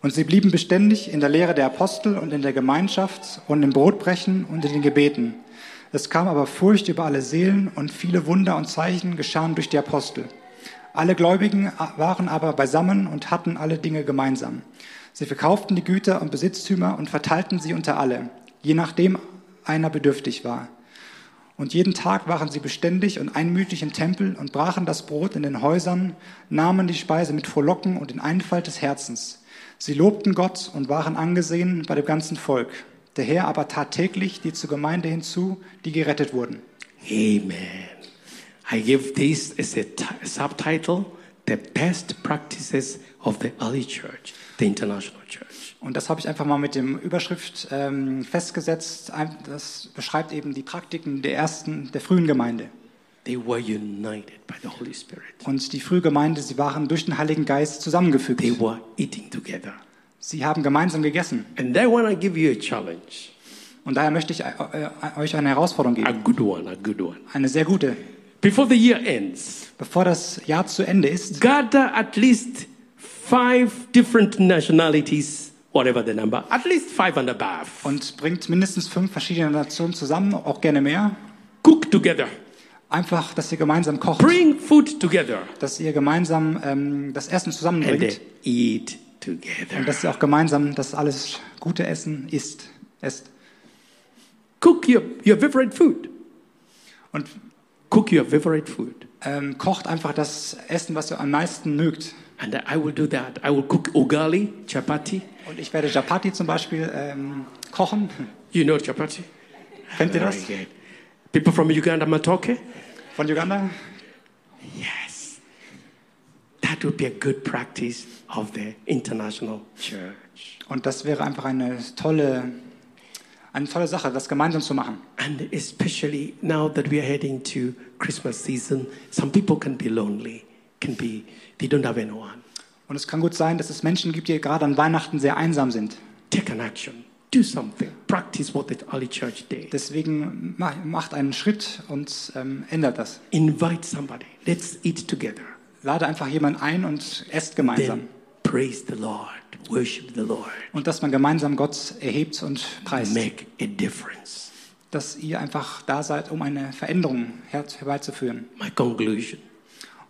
Und sie blieben beständig in der Lehre der Apostel und in der Gemeinschaft und im Brotbrechen und in den Gebeten. Es kam aber Furcht über alle Seelen und viele Wunder und Zeichen geschahen durch die Apostel. Alle Gläubigen waren aber beisammen und hatten alle Dinge gemeinsam. Sie verkauften die Güter und Besitztümer und verteilten sie unter alle, je nachdem einer bedürftig war. Und jeden Tag waren sie beständig und einmütig im Tempel und brachen das Brot in den Häusern, nahmen die Speise mit Frohlocken und in Einfalt des Herzens. Sie lobten Gott und waren angesehen bei dem ganzen Volk. Der Herr aber tat täglich die zur Gemeinde hinzu, die gerettet wurden. Amen. I give this as a t- subtitle The Best Practices of the Early Church, the International Church. Und das habe ich einfach mal mit dem Überschrift ähm, festgesetzt. Ein- Das beschreibt eben die Praktiken der ersten, der frühen Gemeinde. They were united by the Holy Spirit. Und die frühe Gemeinde, sie waren durch den Heiligen Geist zusammengefügt. They were eating together. Sie haben gemeinsam gegessen. And I want to give you a challenge. Und daher möchte ich äh, äh, euch eine Herausforderung A geben. good one, a good one. Eine sehr gute. Before the year ends, Bevor das Jahr zu Ende ist, gather at least five different nationalities, whatever the number, at least five and above. und bringt mindestens fünf verschiedene Nationen zusammen, auch gerne mehr. Cook together. Einfach, dass ihr gemeinsam kocht, Bring food together. dass ihr gemeinsam ähm, das Essen And uh, zusammenbringt eat und together. dass ihr auch gemeinsam das alles gute Essen isst. esst. Cook your, your favorite food. Und Cook your favorite food. ähm, kocht einfach das Essen, was ihr am meisten mögt. And I will do that. I will cook ugali, chapati. Und ich werde Japati zum Beispiel ähm, kochen. You know chapati? Kennt ihr das? Very good. People from Uganda, Matoke? Von Uganda? Yes. That would be a good practice of the international church. Und das wäre einfach eine tolle, eine tolle Sache, das gemeinsam zu machen. And especially now that we are heading to Christmas season, some people can be lonely, can be, they don't have anyone. Und es kann gut sein, dass es Menschen gibt, die gerade an Weihnachten sehr einsam sind. Take an action, do something, practice what the early church did. Deswegen ma- macht einen Schritt und ähm, ändert das. Invite somebody, let's eat together. Lade einfach jemanden ein und esst gemeinsam. Then praise the Lord, worship the Lord, Und dass man gemeinsam Gott erhebt und preist. make a difference. Dass ihr einfach da seid, um eine Veränderung her herbeizuführen. My conclusion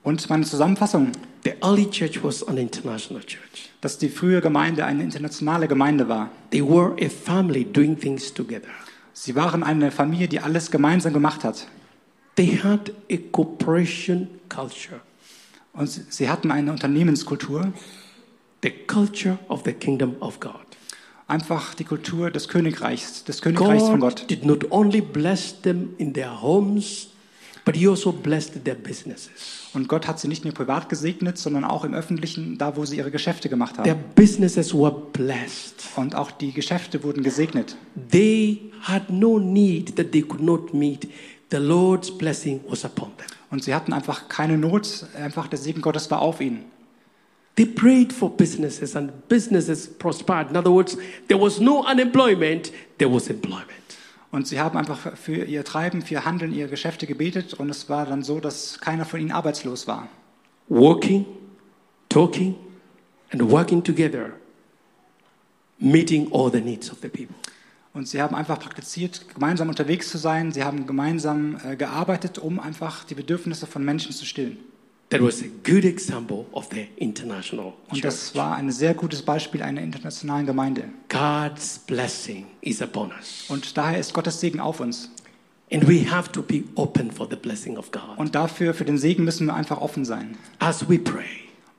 Und meine Zusammenfassung, the early church was an international church. dass die frühe Gemeinde eine internationale Gemeinde war. They were a family doing things together. Sie waren eine Familie, die alles gemeinsam gemacht hat. They had a cooperation culture, Und sie- sie hatten eine Unternehmenskultur, the culture of the kingdom of God. einfach die Kultur des Königreichs, des Königreichs von God Gott. did not only bless them in their homes, but He also blessed their businesses. Und Gott hat sie nicht nur privat gesegnet, sondern auch im Öffentlichen, da wo sie ihre Geschäfte gemacht Their haben. businesses were blessed. Und auch die Geschäfte wurden gesegnet. They had no need that they could not meet. The Lord's blessing was upon them. Und sie hatten einfach keine Not, einfach der Segen Gottes war auf ihnen. They prayed for businesses and businesses prospered. In other words, there was no unemployment, there was employment. Und sie haben einfach für ihr Treiben, für ihr Handeln, ihre Geschäfte gebetet. Und es war dann so, dass keiner von ihnen arbeitslos war. Walking, talking, and working together, meeting all the needs of the people. Und sie haben einfach praktiziert, gemeinsam unterwegs zu sein. Sie haben gemeinsam äh, gearbeitet, um einfach die Bedürfnisse von Menschen zu stillen. That was a good example of the international Und church. das war ein sehr gutes Beispiel einer internationalen Gemeinde. God's blessing is upon us. Und daher ist Gottes Segen auf uns. And we have to be open for the blessing of God. Und dafür, für den Segen müssen wir einfach offen sein. As we pray,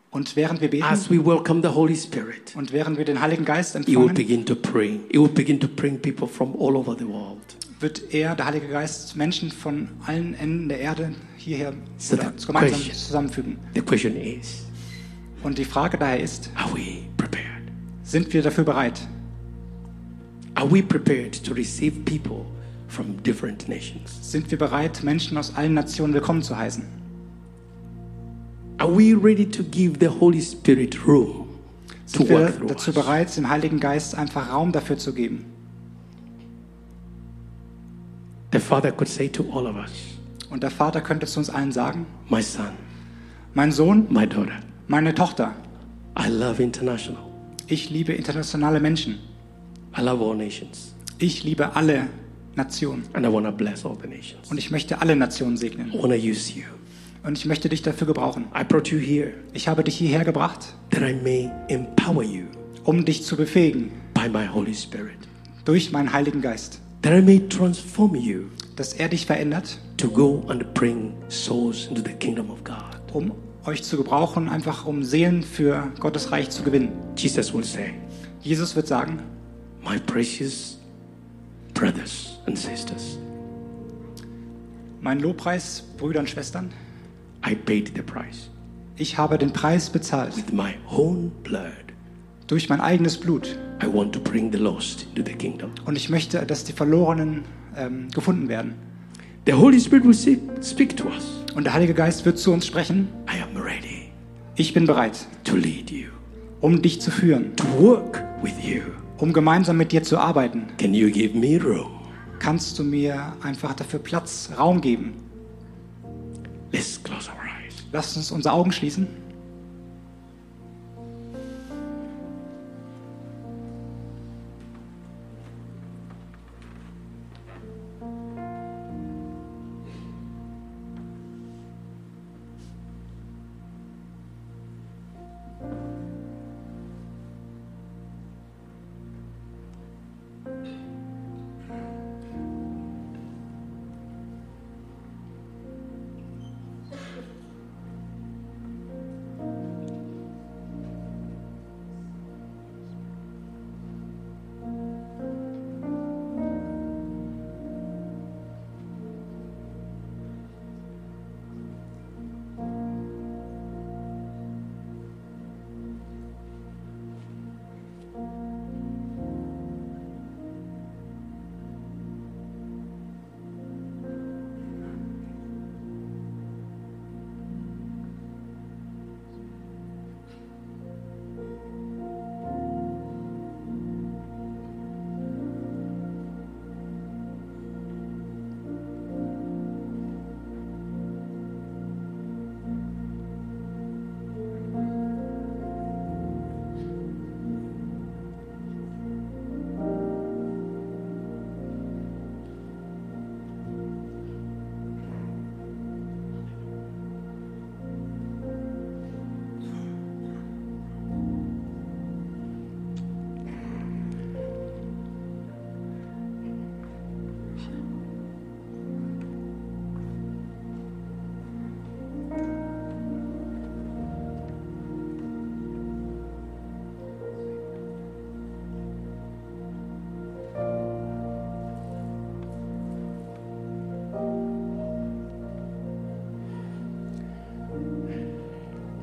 Und während wir beten as we welcome the Holy Spirit, und während wir den Heiligen Geist He will empfangen, begin to pray. He will begin to bring people from all over the world. wird er, der Heilige Geist, Menschen von allen Enden der Erde hierher So oder the gemeinsam question- zusammenfügen. The question is, Und die Frage daher ist, are we prepared? sind wir dafür bereit? Are we prepared to receive people from different nations? Sind wir bereit, Menschen aus allen Nationen willkommen zu heißen? Are we ready to give the Holy Spirit room to Sind wir work through dazu us? bereit, dem Heiligen Geist einfach Raum dafür zu geben? The Father could say to all of us, Und der Vater könnte zu uns allen sagen, my son, mein Sohn, my daughter, meine Tochter, I love international. ich liebe internationale Menschen. I love all nations. Ich liebe alle Nationen. And I want to bless all the nations. Und ich möchte alle Nationen segnen. I want to use you. Und ich möchte dich dafür gebrauchen. I brought you here Ich habe dich hierher gebracht, that I may empower you um dich zu befähigen by my Holy Spirit, durch meinen Heiligen Geist, that I may transform you dass er dich verändert, to go and bring souls into the kingdom of God. um euch zu gebrauchen, einfach um Seelen für Gottes Reich zu gewinnen. Jesus will say, Jesus wird sagen, My precious brothers and sisters, mein Lobpreis, Brüder und Schwestern, I paid the price ich habe den Preis bezahlt with my own blood. durch mein eigenes Blut I want to bring the lost into the kingdom. und ich möchte, dass die Verlorenen ähm, gefunden werden. The Holy Spirit will speak, speak to us. Und der Heilige Geist wird zu uns sprechen. I am ready Ich bin bereit, to lead you, um dich zu führen, to work with you. um gemeinsam mit dir zu arbeiten. Can you give me room? Kannst du mir einfach dafür Platz, Raum geben? Let's close our eyes. Lass uns unsere Augen schließen.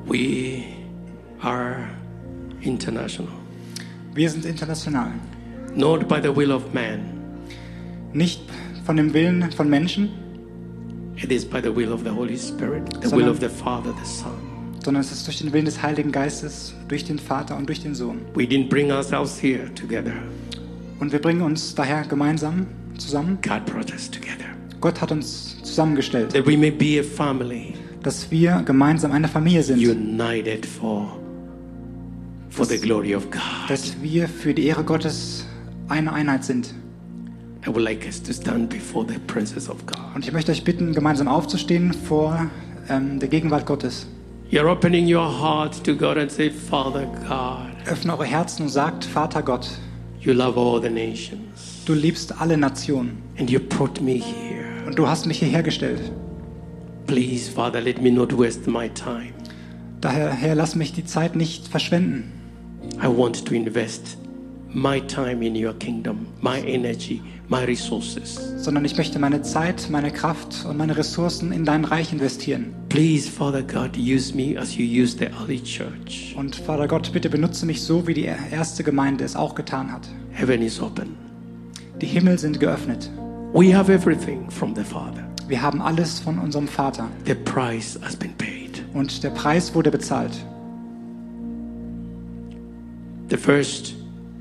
We are international, Wir sind international. not by the will of man, Nicht von dem Willen von Menschen, it is by the will of the Holy Spirit, the Sondern- will of the Father, the Son. sondern es ist durch den Willen des Heiligen Geistes, durch den Vater und durch den Sohn. We didn't bring ourselves here together, Und wir bringen uns daher gemeinsam zusammen. God brought us together. Gott hat uns zusammengestellt, That we may be a family dass wir gemeinsam eine Familie sind, united for, for the glory of God. dass wir für die Ehre Gottes eine Einheit sind. I would like us to stand before the presence of God. Und ich möchte euch bitten, gemeinsam aufzustehen vor ähm, der Gegenwart Gottes. You're opening your heart to God and say, Father God, Öffne eure Herzen und sagt, Vater Gott, you love all the nations du liebst alle Nationen and you brought me here. und du hast mich hierher gestellt. Please, Father, let me not waste my time. Daher Herr, lass mich die Zeit nicht verschwenden. I want to invest my time in your kingdom, my energy, my resources. sondern ich möchte meine Zeit, meine Kraft und meine Ressourcen in dein Reich investieren. Please, Father God, use me as you used the early church. Und Vater Gott, bitte benutze mich so, wie die erste Gemeinde es auch getan hat. Heaven is open. Die Himmel sind geöffnet. We have everything from the Father. Wir haben alles von unserem Vater The price has been paid. und der Preis wurde bezahlt. The first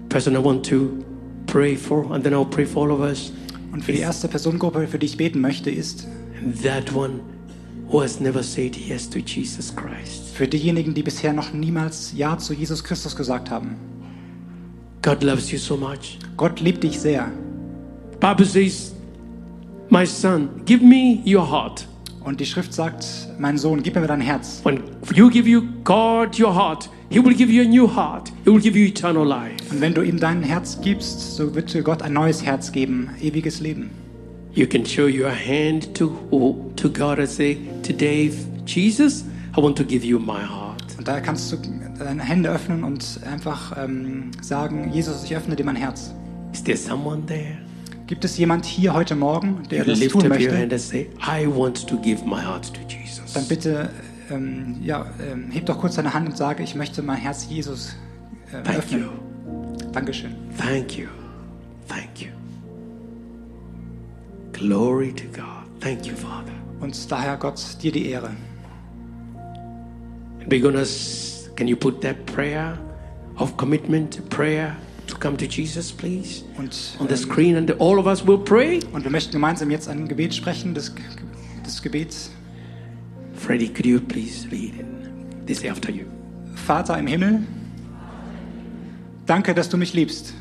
person I want to pray for, and then I'll pray for all of us, Und für die erste Personengruppe, für die ich beten möchte, ist and that one who has never said yes to Jesus Christ. für diejenigen, die bisher noch niemals Ja zu Jesus Christus gesagt haben. God loves you so much. Gott liebt dich sehr. Bible says, My son, give me your heart. Und die Schrift sagt, mein Sohn, gib mir dein Herz. When you give you God your heart, He will give you a new heart. He will give you eternal life. Und wenn du ihm dein Herz gibst, so wird dir Gott ein neues Herz geben, ewiges Leben. You can show your hand to to God and say, "Today, Jesus, I want to give you my heart." Und daher kannst du deine Hände öffnen und einfach ähm, sagen, Jesus, ich öffne dir mein Herz. Is there someone there? Gibt es jemand hier heute Morgen, der das Lift tun up your hand möchte? and say, "I want to give my heart to Jesus." Dann bitte, ähm, ja, ähm, heb doch kurz deine Hand und sage, ich möchte mein Herz Jesus äh, Thank öffnen. you. Dankeschön. Thank you. Thank you. Glory to God. Thank you, Father. Und daher, Gott, dir die Ehre. We're gonna. s- Can you put that prayer of commitment, prayer to come to Jesus, please, on the screen, and all of us will pray. Und wir möchten gemeinsam jetzt ein Gebet sprechen, das, das Gebet. Freddy, could you please read it? This after you. Vater im Himmel, danke, dass du mich liebst.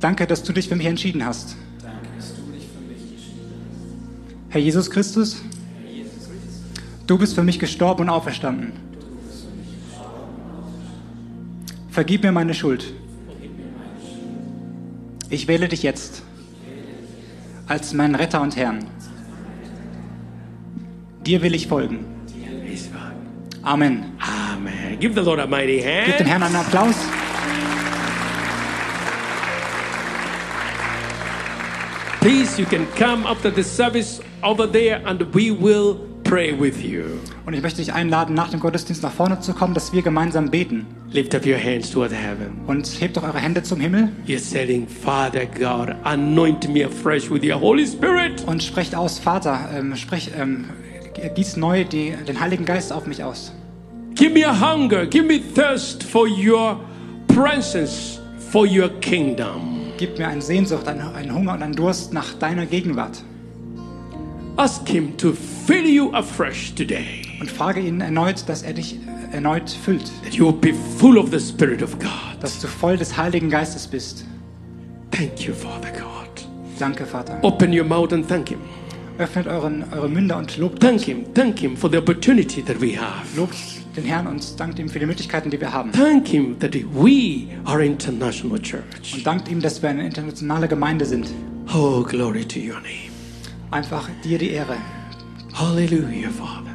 Danke, dass du dich für mich entschieden hast. Herr Jesus Christus, du bist für mich gestorben und auferstanden. Vergib mir meine Schuld. Ich wähle dich jetzt als meinen Retter und Herrn. Dir will ich folgen. Amen. Amen. Give the Lord a mighty hand. Gebt dem Herrn einen Applaus. Please, you can come after the service over there, and we will pray with you. Und ich möchte dich einladen, nach dem Gottesdienst nach vorne zu kommen, dass wir gemeinsam beten. Lift up your hands toward heaven. Und hebt doch eure Hände zum Himmel You're saying, Father God, anoint me afresh with your Holy Spirit. und sprecht aus, Vater, ähm, sprich, ähm, gieß neu die, den Heiligen Geist auf mich aus. Give me a hunger, give me thirst for your presence, for your kingdom. Gib mir eine Sehnsucht, einen, einen Hunger und einen Durst nach deiner Gegenwart. Ask Him to fill you afresh today, Und frage ihn erneut, dass er dich erneut füllt, that you will be full of the Spirit of God. dass du voll des Heiligen Geistes bist. Thank you, Father God. Danke, Vater. Open your mouth and thank Him. Öffnet euren, eure Münder und lobt, Thank Him, thank Him for the opportunity that we have. lobt den Herrn und dankt ihm für die Möglichkeiten, die wir haben. Thank Him that we are international church. Und dankt ihm, dass wir eine internationale Gemeinde sind. Oh, glory to your name. Einfach dir die Ehre. Hallelujah, Father.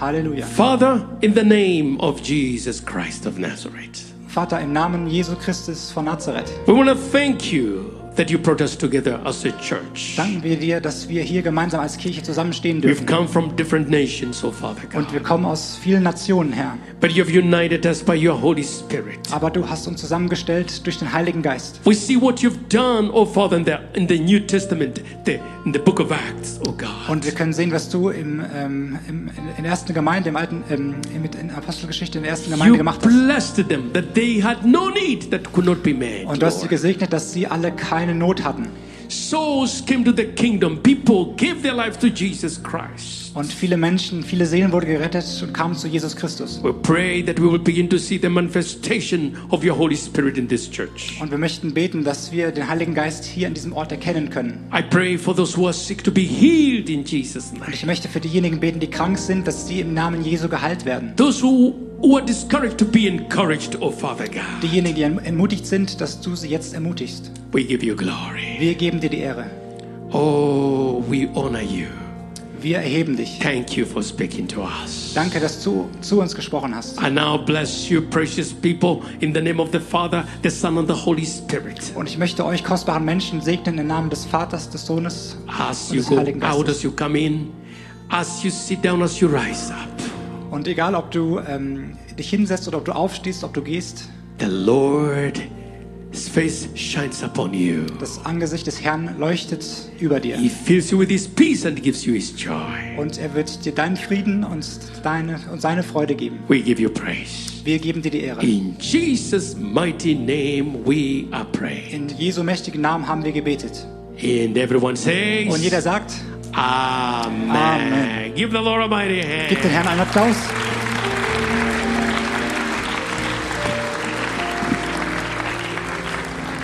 Halleluja. Father, in the name of Jesus Christ of Nazareth, Vater, im Namen Jesu Christus von Nazareth, we want to thank you that you brought us together as a church. danken wir dir, dass wir hier gemeinsam als Kirche zusammenstehen We've dürfen. come from different nations, oh Father Und God, wir kommen aus vielen Nationen her. but you've united us by your Holy Spirit. Aber du hast uns zusammengestellt durch den Heiligen Geist. We see what you've done, oh Father, in the, in the New Testament, the, in the book of Acts, oh God. Und wir können sehen, was du im, ähm, im, in der ersten Gemeinde, im alten, ähm, mit in Apostelgeschichte in der ersten Gemeinde You gemacht hast. blessed them that they had no need that could not be made. Und du hast sie Lord. gesegnet, dass sie alle keine Not hatten. Souls came to the kingdom. People gave their life to Jesus Christ. Und viele Menschen, viele Seelen wurden gerettet und kamen zu Jesus Christus. We pray that we will begin to see the manifestation of your Holy Spirit in this church. Und wir möchten beten, dass wir den Heiligen Geist hier in diesem Ort erkennen können. I pray for those who are sick to be healed in Jesus' Und name. ich möchte für diejenigen beten, die krank sind, dass die im Namen Jesu geheilt werden. Those who, who are discouraged to be encouraged, oh Father God. Diejenigen, die ermutigt sind, dass du sie jetzt ermutigst. We give you glory. Wir geben dir die Ehre. Oh, we honor you. Wir erheben dich. Thank you for speaking to us. Danke, dass du zu uns gesprochen hast. I now bless you, precious people, in the name of the Father, the Son, and the Holy Spirit. Und ich möchte euch kostbaren Menschen segnen im Namen des Vaters, des Sohnes As und you des go Heiligen out, Geistes. as you come in, as you sit down, as you rise up, Und egal, ob du ähm, dich hinsetzt oder ob du aufstehst, ob du gehst, the Lord, His face shines upon you. das Angesicht des Herrn leuchtet über dir. He fills you with His peace and gives you His joy. Und er wird dir deinen Frieden und, deine, und seine Freude geben. We give you praise. Wir geben dir die Ehre. In Jesus' mighty name, we are praying. In Jesu mächtigen Namen haben wir gebetet. And everyone says, Und jeder sagt, Amen. Amen. Give the Lord a mighty gib dem hand. Herrn einen Applaus.